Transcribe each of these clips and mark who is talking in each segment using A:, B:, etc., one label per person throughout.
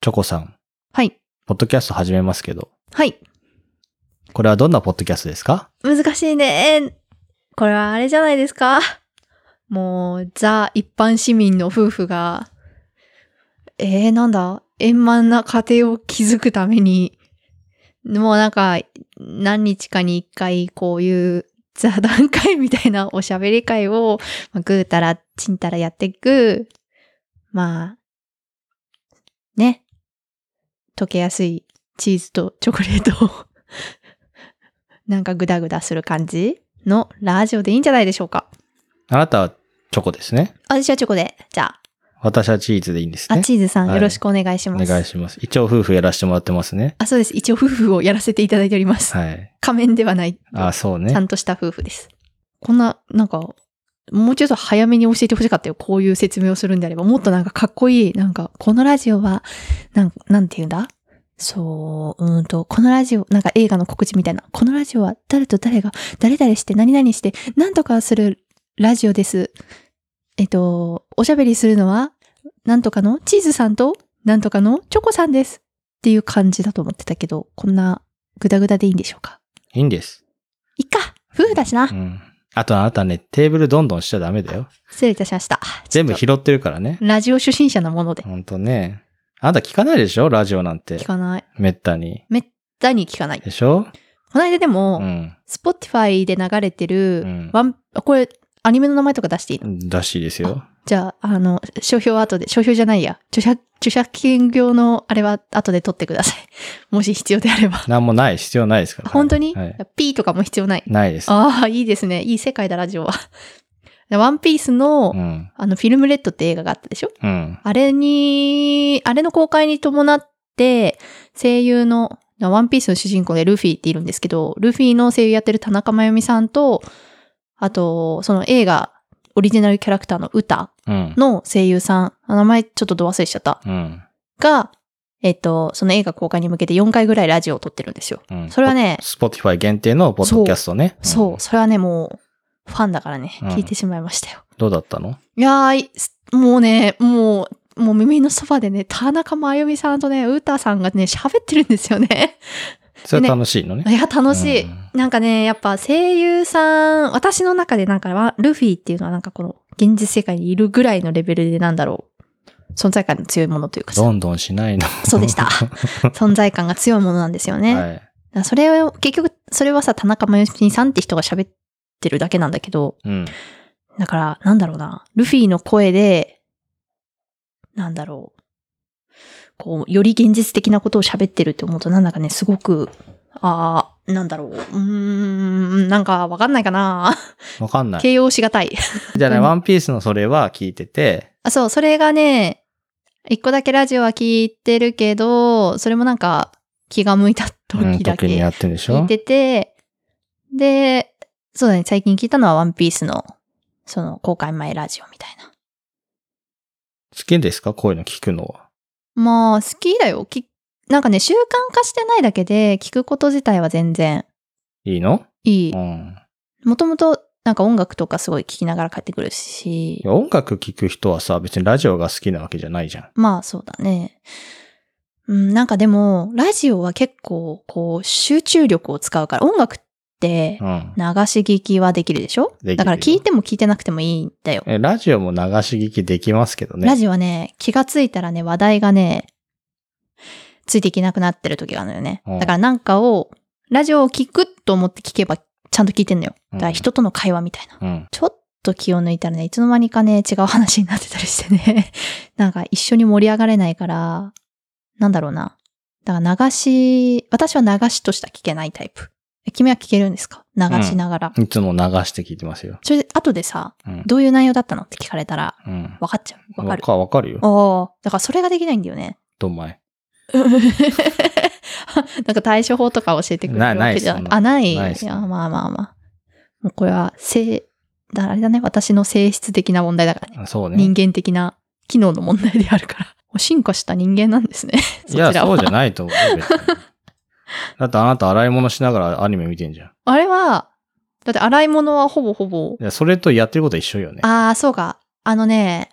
A: チョコさん、
B: はい。
A: ポッドキャスト始めますけど、
B: はい。
A: これはどんなポッドキャストですか
B: 難しいね。これはあれじゃないですか。もう、ザ、一般市民の夫婦が、えー、なんだ、円満な家庭を築くために、もうなんか、何日かに一回、こういう座談会みたいなおしゃべり会を、まあ、ぐーたら、ちんたらやっていく、まあ、ね。溶けやすいチーズとチョコレートを。なんかグダグダする感じのラジオでいいんじゃないでしょうか。
A: あなたはチョコですね。
B: 私はチョコで。じゃあ、
A: 私はチーズでいいんです
B: あ
A: ね。
B: チーズさん
A: はい
B: よろしくお願いし
A: お
B: ます。
A: 願いします。一応夫婦やらせてもらってますね。
B: あ、そうです。一応夫婦をやらせていただいております。
A: はい。
B: 仮面ではない。
A: あ、そう
B: ちゃ
A: ね。
B: んとした夫婦です。こんな、なんか、もうちょっと早めに教えてほしかったよ。こういう説明をするんであれば。もっとなんかかっこいい。なんか、このラジオは、なんなんて言うんだそう、うーんと、このラジオ、なんか映画の告知みたいな。このラジオは誰と誰が、誰々して何々して、何とかするラジオです。えっと、おしゃべりするのは、なんとかのチーズさんと、なんとかのチョコさんです。っていう感じだと思ってたけど、こんなグダグダでいいんでしょうか
A: いいんです。
B: いっか夫婦だしな
A: う。ん。あとあなたね、テーブルどんどんしちゃダメだよ。
B: 失礼いたしました。
A: 全部
B: ちょっ
A: 拾ってるからね
B: と。ラジオ初心者なもので。
A: ほんとね。あなた聞かないでしょラジオなんて
B: 聞。かない。
A: めったに。
B: めったに聞かない。
A: でしょ
B: この間で
A: う
B: も、
A: ん。
B: Spotify で流れて
A: う
B: る、
A: ん。
B: ワン、あこれ、アニメの名前とか出していいの
A: らしいですよ。
B: じゃあ、あの、商標は後で、商標じゃないや。著作、著作権業のあれは後で取ってください。 もし必要であれば。
A: なんもない。必要ないですから。
B: 本当に、
A: はい。
B: ?P とかも必要ない。
A: ないです。
B: ああ、いいですね。いい世界だ、ラジオは。ワンピースの、
A: うん。
B: あの、フィルムレッドって映画があったでしょ
A: うん。
B: あれに、あれの公開に伴って、声優の、ワンピースの主人公でルフィっているんですけど、ルフィの声優やってる田中真由美さんと、あと、その映画、オリジナルキャラクターの歌
A: うん。
B: の声優さん、あ名前ちょっとど忘れしちゃった、
A: うん。
B: が、えっと、その映画公開に向けて4回ぐらいラジオを撮ってるんですよ。
A: うん。
B: それはね、
A: スポティファイ限定のポッドキャストね。
B: そ
A: ん
B: う、それはね、もう、ファンだからね、
A: うん
B: 聞いてしまいましたよ。
A: どうだったの
B: いやーいすもうね、もう、もう耳のそばでね、田中真由美さんとね、歌さんがね、喋ってるんですよね。
A: それは楽しいのね。
B: いや、楽しい。
A: うん
B: なんかね、やっぱ声優さん、私の中でなんかは、ルフィっていうのはなんかこの、現実世界にいるぐらいのレベルでなんだろう。存在感の強いものというかさ
A: どんどんしないの。
B: そうで した。存在感が強いものなんですよね。
A: はい。
B: だからそれを、結局、それはさ、田中真由美さんって人が喋ってるだけなんだけど、
A: うん。
B: だから、なんだろうな。ルフィの声で、なんだろう。こう、より現実的なことを喋ってるって思うと、なんだかね、すごく、ああ、なんだろう。うーん、なんかわかんないかな。
A: わかんない。
B: 形容しがたい。
A: じゃあね、
B: うん
A: ワンピースのそれは聞いてて、
B: あ、そう、それがね、一個だけラジオは聞いてるけど、それもなんか気が向いた
A: うん
B: 時だけ
A: 時にやってるでし
B: 聞
A: ょ
B: いてて、で、そうだね、最近聞いたのはワンピースの、その公開前ラジオみたいな。
A: 好きですかこういうの聞くのは。
B: まあ、好きだよ。きなんかね、習慣化してないだけで、聞くこと自体は全然
A: いいの
B: いい。
A: うん。
B: もともと、なんか音楽とかすごい聞きながら帰ってくるし
A: いや、音楽聞く人はさ、別にラジオが好きなわけじゃないじゃん。
B: まあ、そうだね。うん、なんかでも、ラジオは結構、こう、集中力を使うから、音楽って
A: う、ん。
B: 流し聞きはできるでしょ
A: できるよ
B: だから聞いても聞いてなくてもいいんだよ。
A: え、ラジオも流し聞きできますけどね。
B: ラジオはね、気がついたらね、話題がね、ついていけなくなってる時があるのよね。
A: うん
B: だからなんかを、ラジオを聞くと思って聞けば、ちゃんと聞いてんのよ。だから人との会話みたいな。
A: うん。
B: ちょっと気を抜いたらね、いつの間にかね、違う話になってたりしてね。 なんか一緒に盛り上がれないから、なんだろうな。だから流し、私は流しとした聞けないタイプ。え君は聞けるんですか流しながら。
A: いつも流して聞いてますよ。
B: それで、後でさ、
A: うん。
B: どういう内容だったのって聞かれたら、
A: うん。
B: 分かっちゃう。分か
A: わ
B: る。
A: か、わかるよ。
B: おーだからそれができないんだ よね。
A: どんまい。
B: なんか対処法とか教えてくれるわけじゃない。
A: ないない
B: あ、ない。
A: ない
B: い
A: です
B: や、まあまあまあ。もうこれは、性、だあれだね、私の性質的な問題だからね。
A: あそうね。
B: 人間的な機能の問題であるから。もう進化した人間なんですね。
A: いや、
B: そちらは
A: そうじゃないと思う。 別にだってあなた洗い物しながらアニメ見てんじゃん。い
B: あれは、だって洗い物はほぼほぼ。
A: や、それとやってることは一緒よね。
B: ああ、そうか。あのね、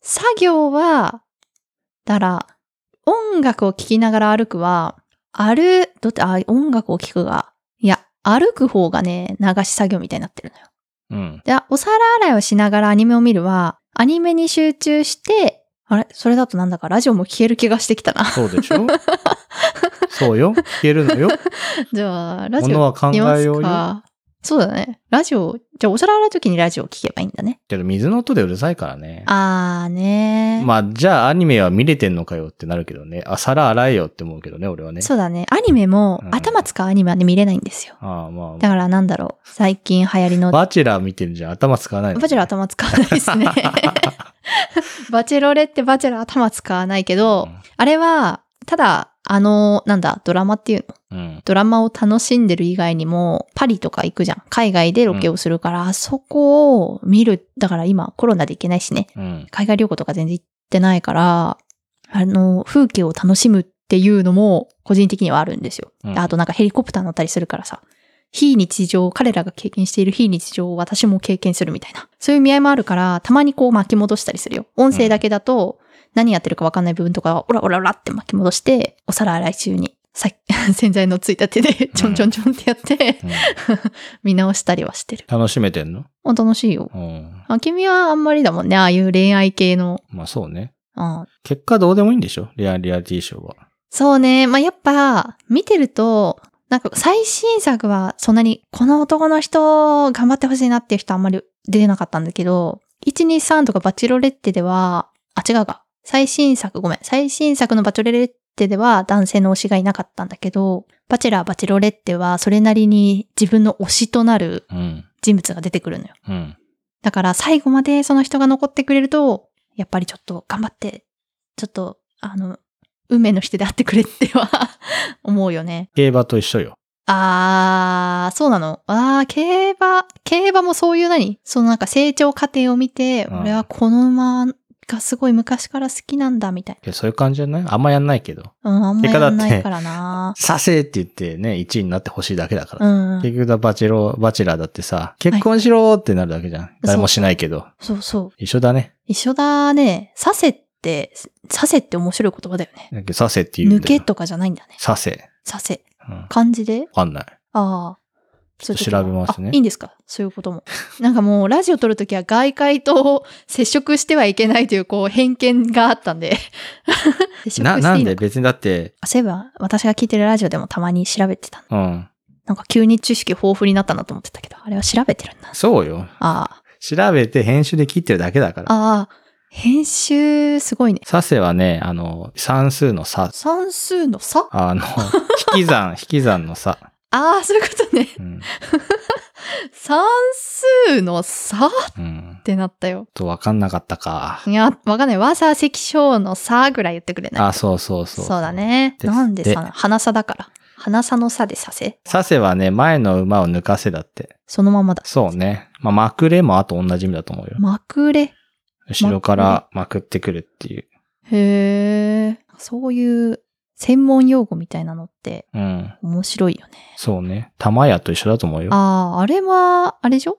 B: 作業は、だから、音楽を聴きながら歩くは、歩、どっち、あ、音楽を聴くが、いや、歩く方がね、流し作業みたいになってるのよ。
A: うん。
B: じゃあ、お皿洗いをしながらアニメを見るは、アニメに集中して、あれそれだとなんだかラジオも消える気がしてきたな。
A: そうでしょそうよ。聞けるのよ。
B: じゃあ、ラ
A: も
B: ジオ
A: のは考
B: 見ま
A: え
B: す
A: ようよ。
B: か。そうだね。ラジオ、じゃあお皿洗うときにラジオを聞けばいいんだね。
A: けど水の音でうるさいからね。
B: あーねー、
A: まあ、じゃあアニメは見れてんのかよってなるけどね。あ、皿洗えよって思うけどね、俺はね。
B: そうだね。アニメも、
A: うん
B: 頭使うアニメはね、見れないんですよ。
A: ああ、ま
B: だからなんだろう。最近流行り
A: あ。
B: の。
A: バチェラー見てるじゃん。頭使わないの。
B: バチェラー頭使わないです ね。バチェロレってバチェラー頭使わないけど、あれは、ただ、あの、なんだ、ドラマっていうの
A: うん。うん。
B: ドラマを楽しんでる以外にも、パリとか行くじゃん。海外でロケをするから、あそこを見る。だから今コロナで行けないしね。
A: うん。
B: 海外旅行とか全然行ってないから、あの、風景を楽しむっていうのも個人的にはあるんですよ。
A: うん
B: あとなんかヘリコプター乗ったりするからさ、非日常、彼らが経験している非日常を私も経験するみたいな。そういう意味合いもあるから、たまにこう巻き戻したりするよ。音声だけだと、何やってるかわかんない部分とかをオラオラオラって巻き戻して、お皿洗い中に、さ洗剤のついた 手で、ちょんちょんちょんってやって、
A: うん
B: 見直したりはしてる。
A: 楽しめてんの
B: あ楽しいよ。
A: うん。
B: あ、君はあんまりだもんね。ああいう恋愛系の、
A: まあそうね。
B: うん、
A: 結果どうでもいいんでしょリアリアリティショーは。
B: そうね。まあ、やっぱ、見てると、なんか最新作はそんなに、この男の人頑張ってほしいなっていう人あんまり出なかったんだけど、123とかバチェロレッテでは、あ、違うか。最新作、ごめん。最新作のバチェロレッテでは男性の推しがいなかったんだけど、バチェラー、バチェロレッテはそれなりに自分の推しとなる
A: うん。
B: 人物が出てくるのよ。
A: うん。
B: だから最後までその人が残ってくれると、やっぱりちょっと頑張って、ちょっと、あの、運命の人であってくれっては思うよね。
A: 競馬と一緒よ。
B: あー、そうなの。あー、競馬、競馬もそういう何そのなんか成長過程を見て、
A: うん
B: 俺はこの馬がすごい昔から好きなんだみたい
A: けどそういう感じじゃないあんまやんないけど。
B: な。うん、あんま
A: てか
B: や
A: だっ
B: ん
A: て
B: ないからな。
A: させって言ってね、1位になってほしいだけだから。
B: うん。
A: 結局だ、バチェロ、バチェラーだってさ、結婚しろーってなるだけじゃん。誰もしないけど。
B: そうそう。
A: 一緒だね。
B: 一緒だね。させって、させって面白い言葉だよね。
A: だけどさせって言うん
B: 抜
A: だよ。
B: けとかじゃないんだね。
A: させ。
B: させ。
A: うん。わ
B: 漢字で
A: かんない。
B: ああ。
A: ちょっと
B: そういう時は
A: 調べますね
B: あいいんですかそういうことも。 なんかもう、ラジオ撮るときは外界と接触してはいけないという、こう、偏見があったんで。 接触していいの
A: な、なんで別にだって、
B: あそういえば、私が聞いてるラジオでもたまに調べてたの。
A: うん。
B: なんか急に知識豊富になったなと思ってたけど、あれは調べてるんだ。
A: そうよ。
B: あ
A: 調べて編集で切ってるだけだか
B: あ。
A: ら。
B: ああ。編集、すごいね。
A: させはね、あの、算数のさ、
B: 算数の差
A: あの、引き算、引き算のさ。
B: ああ、そういうことね。
A: うん。
B: 算数の差っ
A: うん。
B: てなったよ。
A: と、わかんなかったか。
B: いや、わかんない。和差積小の差ぐらい言ってくれない
A: あ、そうそうそ。
B: そううだ。ね。
A: です
B: なんで
A: で
B: さ、花差だから。花差の差でさせ。
A: させはね、前の馬を抜かせだって。
B: そのままだ。
A: そうね。まあ、まくれもあと同じ意味だと思うよ。
B: まくれ。
A: 後ろからまくってくるっていう。
B: へえ。そういう専門用語みたいなのって
A: うん。
B: 面白いよね。
A: そうね。玉屋と一緒だと思うよ。
B: ああ、あれは、あれでしょ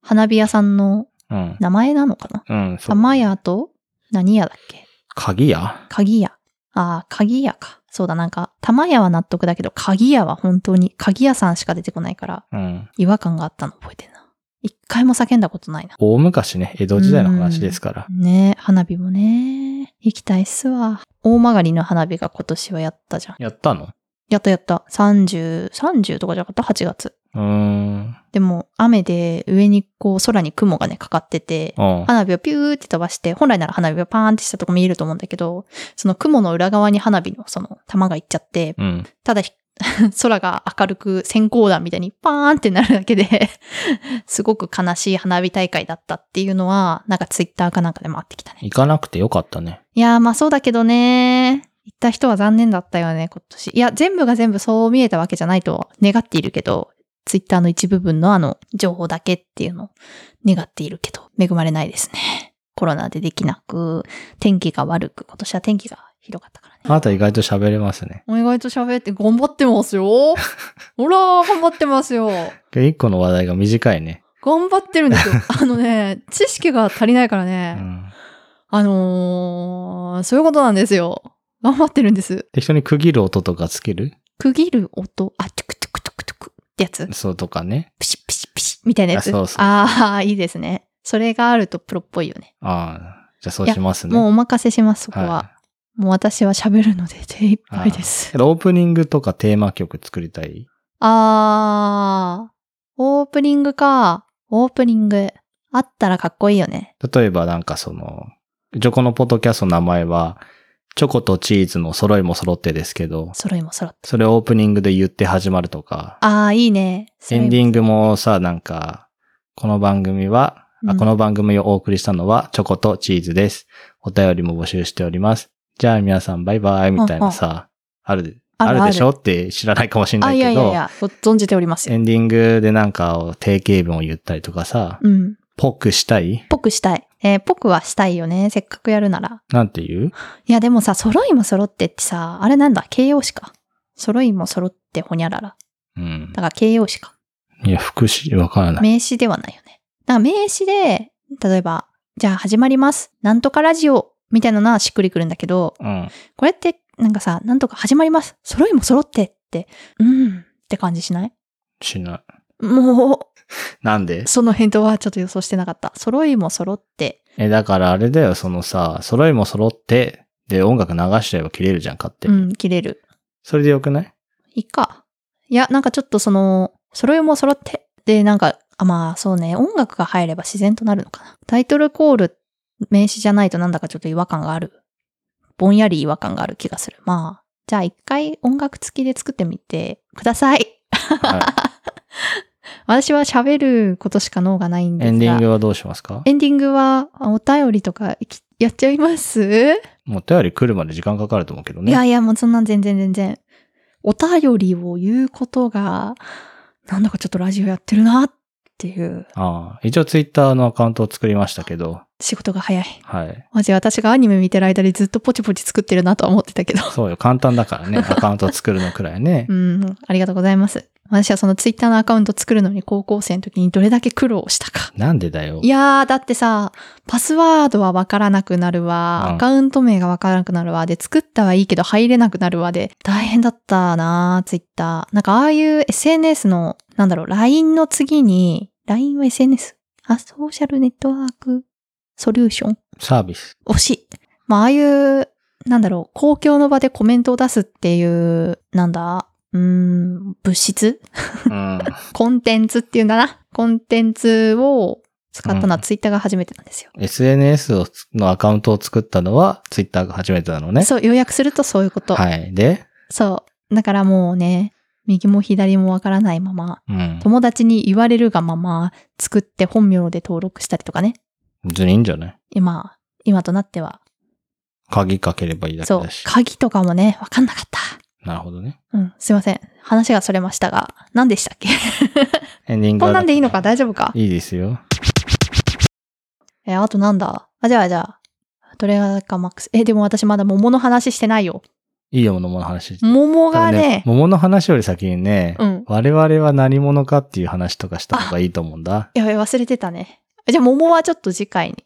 B: 花火屋さんの
A: うん。
B: 名前なのかな
A: うん。そう
B: 玉。屋と何屋だっけ
A: 鍵屋
B: 鍵屋。ああ、鍵屋か。そうだ、なんか、玉屋は納得だけど、鍵屋は本当に鍵屋さんしか出てこないから、
A: うん。
B: 違和感があったの覚えてんな。一回も叫んだことないな。
A: 大昔ね、江戸時代の話ですから。
B: ね花火もね。行きたいっすわ。大曲りの花火が今年はやったじゃん。
A: やったの
B: やったやった。30、30とかじゃなかった ?8 月。
A: うーん。
B: でも、雨で上にこう空に雲がね、かかってて、
A: うん。
B: 花火をピューって飛ばして、本来なら花火をパーンってしたとこ見えると思うんだけど、その雲の裏側に花火のその玉が行っちゃって、
A: うん。
B: ただひ 空が明るく閃光弾みたいにパーンってなるだけで、 すごく悲しい花火大会だったっていうのは、なんかツイッターかなんかで回ってきたね。
A: 行かなくてよかったね。
B: いやー、まあそうだけどね。行った人は残念だったよね、今年。いや、全部が全部そう見えたわけじゃないと願っているけど、ツイッターの一部分のあの、情報だけっていうのを願っているけど、恵まれないですね。コロナでできなく、天気が悪く、今年は天気がひどかったからね。
A: あなた意外と喋れますね。
B: お意外と喋って頑張ってま すよ。ほらー、頑張ってますよ。
A: けど一個の話題が短いね。
B: 頑張ってる んですよ。あのね、知識が足りないから
A: う
B: ね。
A: ん。
B: あのー、そういうことなんですよ。頑張ってるんです。
A: 適当に区切る音とかつける
B: 区切る音、あ、トゥクトゥクトゥクトゥクってやつ。
A: そうとかね。
B: ピシッピシッピシッみたいなや
A: あそ
B: つ。
A: うそうそう
B: ああ、いいですね。それがあるとプロっぽいよね。
A: ああ、じゃあそうしますね。
B: もうお任せします、そこは。
A: は
B: もう私は喋るので手いっぱいです
A: い。。けどオープニングとかテーマ曲作りたい。
B: あー、オープニングか。オープニング。あったらかっこいいよね。
A: 例えばなんかその、ジョコのポッドキャストの名前は、チョコとチーズの揃いも揃ってですけど、
B: 揃いも揃って。
A: それをオープニングで言って始まるとか、
B: あー、いいね。
A: エンディ
B: ン
A: ングもさ、なんか、この番組は、あ
B: うん
A: この番組をお送りしたのは、チョコとチーズです。お便りも募集しております。じゃあ皆さんバイバイみたいなさ、ある、
B: あ
A: あ
B: る
A: るでしょって知らないかもしれ
B: あ、
A: ない
B: い
A: け
B: やいやい
A: ど、
B: や、ご存じております
A: エ
B: よ。
A: ンディングでなんか定型文を言ったりとかさ、
B: うん。
A: ぽくしたい
B: ぽくしたい。えー、ぽくはしたいよね。せっかくやるなら。
A: なんて言う
B: いや、でもさ、揃いも揃ってってさ、あれなんだ、形容詞か。揃いも揃ってほにゃらら。
A: うん
B: だ。から形容詞か。
A: いや、福祉わからない。
B: 名詞ではないよね。だから名詞で、例えば、じゃあ始まります。なんとかラジオ。みたいなのはしっくりくるんだけど、
A: うん。
B: これって、なんかさ、なんとか始まります。揃いも揃ってって、うん、って感じしない
A: しない。
B: も
A: なんで
B: う、その返答はちょっと予想してなかった。揃いも揃って。
A: え、だからあれだよ、そのさ、揃いも揃って、で、音楽流しちゃえば切れるじゃん、勝手
B: う
A: に。
B: ん、切れる。
A: それでよくない
B: いいか。いや、なんかちょっとその、揃いも揃って。で、なんか、あまあそうね、音楽が入れば自然となるのかな。タイトルコール、名詞じゃないとなんだかちょっと違和感がある。ぼんやり違和感がある気がする。まあ、じゃあ一回音楽付きで作ってみてください。
A: は
B: 私は喋ることしか脳がないん
A: い。
B: ですが。
A: エンディングはどうしますか
B: エンディングは、あお便りとかきやっちゃいます、
A: もうお便り来るまで時間かかると思うけど
B: いや
A: ね。
B: いや、もうそんなん全然全然。お便りを言うことが、なんだかちょっとラジオやってるなっていう
A: ああ一応ツイッターのアカウントを作りましたけど、
B: 仕事が早い。
A: はい。
B: マジ私がアニメ見てる間にずっとポチポチ作ってるなとは思ってたけど。
A: そうよ、簡単だからね、アカウント作るのくらいね
B: う。ん、ありがとうございます。私はそのツイッターのアカウント作るのに高校生の時にどれだけ苦労したか。
A: なんでだよ
B: い。やー、だってさ、パスワードはわからなくなるわ、
A: うん
B: アカウント名がわからなくなるわ、で、作ったはいいけど入れなくなるわで、大変だったなー、ツイッター。なんか、ああいう SNS の、なんだろう、LINE の次に、LINE は SNS? あ、ソーシャルネットワークソリューション
A: サービス。
B: 推し。まあ、ああいう、なんだろう、公共の場でコメントを出すっていう、なんだ、うーん、物質
A: うん。
B: コンテンツっていうんだな。コンテンツを使ったのはツイッターが初めてなんですよ。
A: SNS をつのアカウントを作ったのは、ツイッターが初めてなのね。
B: そう、要約するとそういうこと。
A: はい。で、
B: そう。だからもうね、右も左もわからないまま、
A: うん。
B: 友達に言われるがまま、作って本名で登録したりとかね。
A: 別にいいんじゃない
B: 今、今となっては。
A: 鍵かければいいだけ
B: そう
A: だし。。
B: 鍵とかもね、わかんなかった。
A: なるほどね。
B: うん、すいません。話がそれましたが、何でしたっけ
A: エンディング
B: こ
A: は
B: んなんでいいのか大丈夫か
A: いいですよ。
B: え、あとなんだあ、じゃあじゃあ。どれがマックス。え、でも私まだ桃の話してないよ。
A: いいよ、桃の話。
B: 桃
A: ただ
B: がね、
A: 桃の話より先にね、
B: うん
A: 我々は何者かっていう話とかした方がいいと思うんだ。
B: やばい、忘れてたね。じゃあ、桃はちょっと次回に。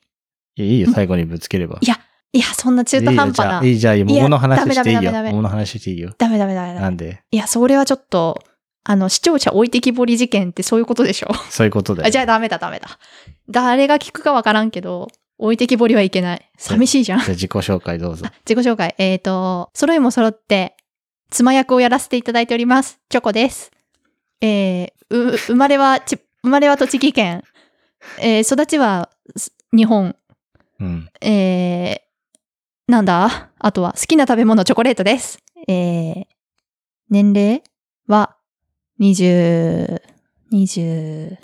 A: いやいいよ、最後にぶつければ。
B: いやいや、そんな中途半端な。
A: いいよじゃあいいじゃあ、桃の話していい
B: い
A: よ。
B: やダメダメダメダメ
A: 桃の話していいよ。
B: ダメダメダメ
A: な
B: ダメ。
A: んで、
B: いや、それはちょっと、あの、視聴者置いてきぼり事件ってそういうことでしょ
A: そういうことで。
B: あじゃあダメだダメだ。誰が聞くかわからんけど、置いてきぼりはいけない。寂しいじゃん。
A: じゃあ自己紹介どうぞ。
B: 自己紹介。えっ、ー、と、揃いも揃って、妻役をやらせていただいております。チョコです。えー、う、生まれはち、生まれは栃木県。えー、育ちは、す日本。
A: うん。
B: えー、なんだあとは好きな食べ物チョコレートです。えー、年齢は20、20、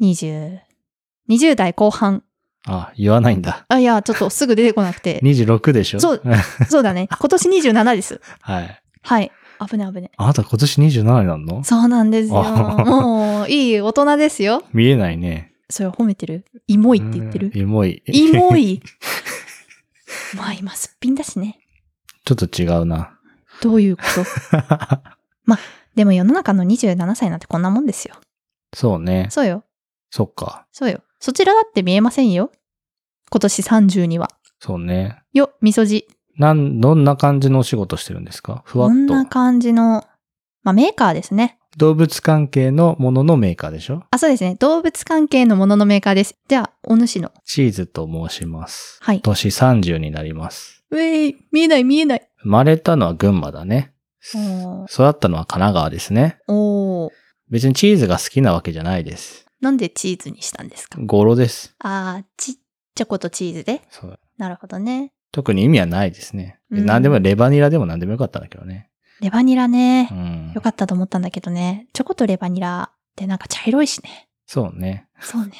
B: 20、20代後半。
A: あ、言わないんだ。
B: あ、いや、ちょっとすぐ出てこなくて。
A: 26でしょ
B: そう。そうだね。今年27です。
A: はい。
B: はい。危ね危ね。
A: あなた今年27になるの
B: そうなんですよ。
A: あ
B: もう、いい大人ですよ。
A: 見えないね。
B: それ褒めてるイモイって言ってる
A: うんエモい。
B: イモイ。まあ今すっぴんだしね。
A: ちょっと違うな。
B: どういうことでも世の中の27歳なんてこんなもんですよ。
A: そうね。
B: そうよ。
A: そっか。
B: そうよ。そちらだって見えませんよ。今年30には。
A: そうね。
B: よ、みそじ。
A: なん、どんな感じのお仕事してるんですかふわ
B: こ
A: っ
B: んな
A: と。
B: 感じの、まあメーカーですね。
A: 動物関係のもののメーカーでしょ
B: あ、そうですね。動物関係のもののメーカーです。じゃあ、お主の。
A: チーズと申します。
B: はい
A: 年30になります。
B: ウェイ見えない見えない。
A: 生まれたのは群馬だね。
B: おー
A: 育ったのは神奈川ですね。
B: おー
A: 別にチーズが好きなわけじゃないです。
B: なんでチーズにしたんですか
A: 語呂です。
B: あー、ちっちゃことチーズで。
A: そう
B: なるほどね。
A: 特に意味はないですね。で
B: うん
A: 何でもレバニラでも何でもよかったんだけどね。
B: レバニラね
A: う。ん
B: よ。かったと思ったんだけどね。チョコとレバニラってなんか茶色いし ね。
A: そうね。
B: そうね。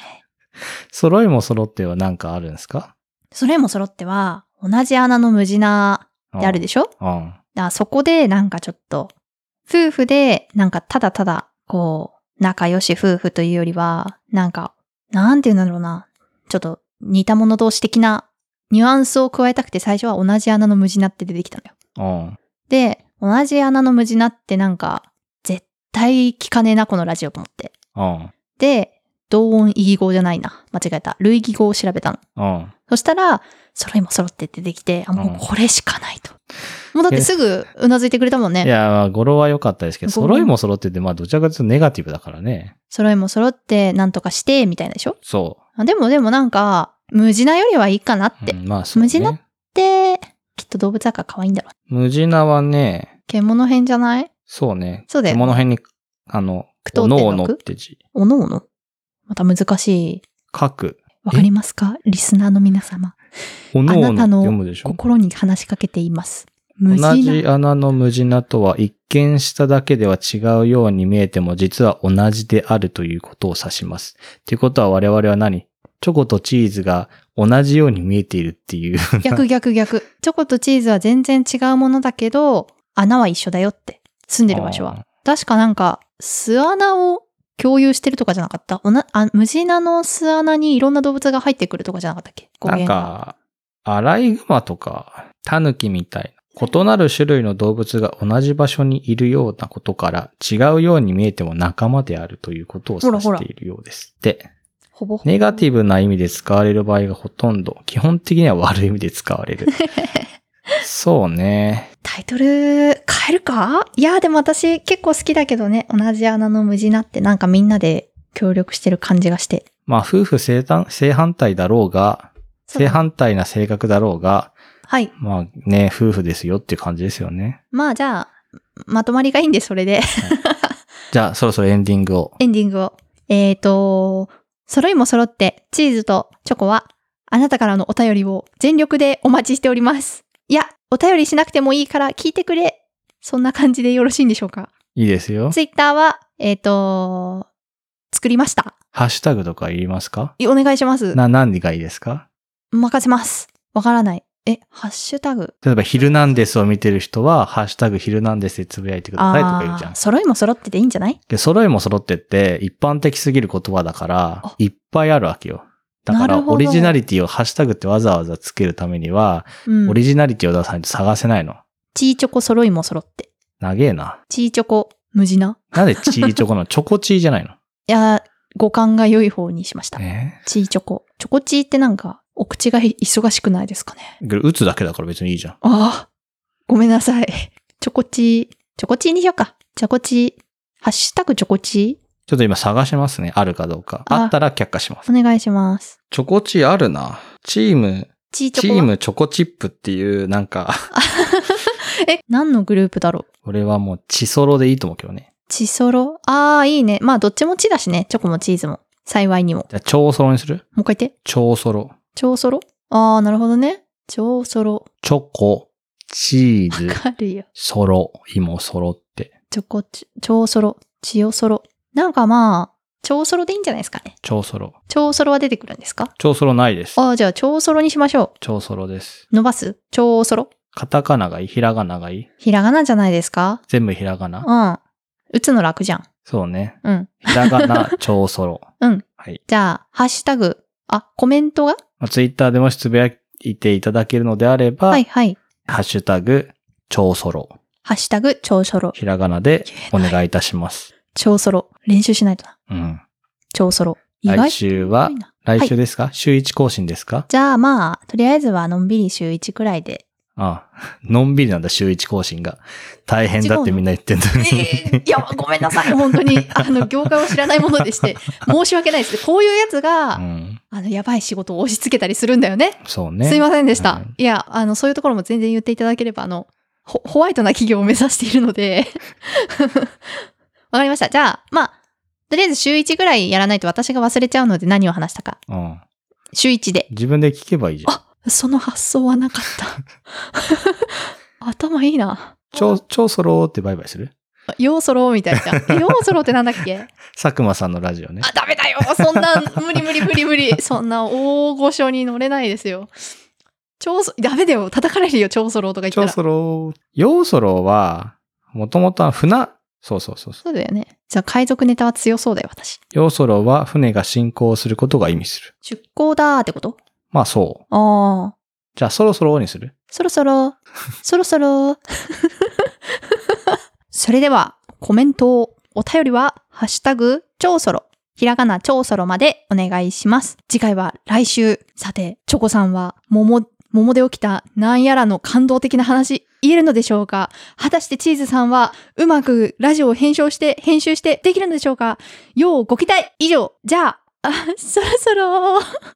A: 揃いも揃っては何かあるんですか
B: それも揃っては、同じ穴の無地なってあるで
A: し
B: しょ
A: ょ。うん。
B: だからそこでなんかちょっと、夫婦でなんかただただ、こう、仲良し夫婦というよりは、なんか、なんて言うんだろうな。ちょっと似た者同士的なニュアンスを加えたくて最初は同じ穴の無地なって出てきたのよ。
A: うん。
B: で、同じ穴の無地なってなんか、絶対聞かねえな、このラジオと思って。
A: うん。
B: で、同音異義語じゃないな。間違えた。類義語を調べたの。
A: うん。
B: そしたら、揃いも揃って出てきて、あ、
A: う
B: も
A: ん
B: うこれしかないと。もうだってすぐうなずいてくれたもんね。
A: いや、まあ語呂は良かったですけど、
B: 語呂
A: 揃いも揃ってて、まあ、どちらかというとネガティブだからね。
B: 揃いも揃って、なんとかして、みたいなでしょ
A: そ
B: あでもでもなんか、無地なよりはいいかなっ
A: う。
B: て。
A: うんまあ、そう、ね。
B: 無地なで、きっと動物だから可愛いんだろう。
A: 無地なはね、
B: 獣編じゃない
A: そうね。
B: そうだよね
A: この辺に、あの、
B: 句読点の
A: おのお
B: 句
A: のって字。
B: おのおの。また難しい。
A: 書く。
B: わかりますかリスナーの皆様。
A: おのおの
B: あ
A: って
B: なたの
A: 読むでしょ
B: 心に話しかけています。無地
A: 同じ
B: な。
A: 穴の無地なとは一見しただけでは違うように見えても実は同じであるということを指します。ということは我々は何チョコとチーズが同じように見えているっていう。
B: 逆逆逆。チョコとチーズは全然違うものだけど、穴は一緒だよって。住んでる場所は。確かなんか、巣穴を共有してるとかじゃなかったおなあ無地なの巣穴にいろんな動物が入ってくるとかじゃなかったっけ語
A: なん
B: 源が。
A: か、アライグマとか、タヌキみたいな、異なる種類の動物が同じ場所にいるようなことから、違うように見えても仲間であるということを
B: ほら
A: 指
B: ほら
A: しているようです。で、
B: ほぼほぼ。
A: ネガティブな意味で使われる場合がほとんど、基本的には悪い意味で使わ れる。そうね。
B: タイトル変えるかいや、でも私結構好きだけどね、同じ穴の無地なってなんかみんなで協力してる感じがして。
A: まあ、夫婦正反正反対だろうが、
B: そう
A: 正反対な性格だろうが、
B: はい。
A: まあね、夫婦ですよっていう感じですよね。
B: まあじゃあ、まとまりがいいんで、それで。
A: じゃあ、そろそろエンディングを。
B: エンディングを。えーと、揃いも揃って、チーズとチョコは、あなたからのお便りを全力でお待ちしております。いや、お便りしなくてもいいから聞いてくれ。そんな感じでよろしいんでしょうか。
A: いいですよ。
B: ツイッターは、えーと、作りました。
A: ハッシュタグとかいりますか
B: お願いします。
A: な、何がいいですか
B: 任せます。わからない。え、ハッシュタグ。
A: 例えば、ヒルナンデスを見てる人は、ハッシュタグヒルナンデスでつぶやいてくださいとか言うじゃ
B: あ
A: ん
B: ー。揃いも揃ってていいんじゃない
A: で、揃いも揃ってって、一般的すぎる言葉だから
B: あ、
A: いっぱいあるわけよ。だか
B: な
A: ら、
B: るほど
A: オリジナリティをハッシュタグってわざわざつけるためには、
B: うん
A: オ。リジナリティを出さないと探せないの。
B: チーチョコ揃いも揃って。
A: 長えな。
B: チーチョコ、無地な。
A: なんでチーチョコ なのチョコチーじゃないの
B: いやー、五感が良い方にしました。
A: え
B: チーチョコ。チョコチーってなんか、お口が忙しくないですかね。
A: 打つだけだから別にいいじゃん。
B: ああ、ごめんなさい。 チョコチー。チョコチーにしようか。チョコチー。ハッシュタグチョコチ
A: ちょっと今探しますね。あるかどうか。
B: あ
A: あったら却下します。
B: ー。お願いします。
A: チョコチーあるな。チーム、
B: チーチ
A: チ
B: ョコは。
A: ームチョコチップっていう、なんか、
B: え、何のグループだろう
A: 俺はもうチソロでいいと思うけどね。
B: チソロああ、いいね。まあ、どっちもチだしね。チョコもチーズも。幸いにも。
A: じゃあ、超ソロにする
B: もう一回言って。
A: 超ソロ。
B: 超ソロああ、なるほどね。超ソロ。
A: チョコ、チー
B: わ
A: ズ、
B: かるよ。
A: ソロ、芋ソロって。
B: チョコチ、超ソロ。チヨソロ。なんかまあ、超ソロでいいんじゃないですかね。
A: 超ソロ。
B: 超ソロは出てくるんですか
A: 超ソロないです。
B: ああ、じゃあ超ソロにしましょ
A: 超ソロです。
B: う。伸ばす超ソロ。
A: カタカナがいいひらがながいい
B: ひらがなじゃないですか
A: 全部ひらが
B: う。
A: なん
B: 打つの楽じゃん。
A: そうね。
B: うん。
A: ひらが な、超ソロ。
B: うん。
A: はい。
B: じゃあ、ハッシュタグ。あ、コメントが
A: まあ、ツイッターでもしつぶやいていただけるのであれば、
B: はいはい。
A: ハッシュタグ、超ソロ。
B: ハッシュタグ超ソロ。
A: ひらがなでお願いいたします。
B: 超ソロ。練習しないとな。
A: うん。
B: 超ソロ。意外
A: 来週は
B: すごい、な
A: 来週ですか、週1更新ですか
B: じゃあまあ、とりあえずはのんびり週1くらいで
A: ああ のんびりなんだ、週一更新が。大変だってみんな言ってんだ。
B: え ーいや、ごめんなさい。 本当に、あの、業界を知らないものでして、申し訳ないです。こういうやつが、
A: うん。
B: あの、やばい仕事を押し付けたりするんだよね。
A: そうね。
B: すいませんでした。
A: うん
B: いや、あの、そういうところも全然言っていただければ、あの、ホホワイトな企業を目指しているので。 わかりました。じゃあ、まあ、とりあえず週1ぐらいやらないと私が忘れちゃうので何を話したか。
A: うん。
B: 週1で。
A: 自分で聞けばいいじゃん。
B: その発想はなかった。 頭いいな。
A: 超、超ソローってバイバイする
B: ようそろみたいな。ようそろってなんだっけ
A: 佐久間さんのラジオね。
B: あ、ダメだよそんな、無理無理無理無理。そんな大御所に乗れないですよ。超そ、ダメだよ。叩かれるよ、超そろとか言った
A: 超
B: ら。
A: ソロー。ヨソローは、もともとは船、そうそうそうそう。
B: そうだよね。じゃあ海賊ネタは強そうだよ、私。
A: ヨソローは船が進行することが意味する。
B: 出航だーってこと
A: まあそう。
B: ああ。
A: じゃあそろそろにする
B: そろそ ろ、そろそろ。 それでは、コメントを、お便りは、ハッシュタグ、超ソロ、ひらがな超ソロまでお願いします。次回は来週。さて、チョコさんは、桃、桃で起きたなんやらの感動的な話、言えるのでしょうか果たしてチーズさんは、うまくラジオを編集して、編集してできるのでしょうかようご期待以上じゃあ、あ、そろそろ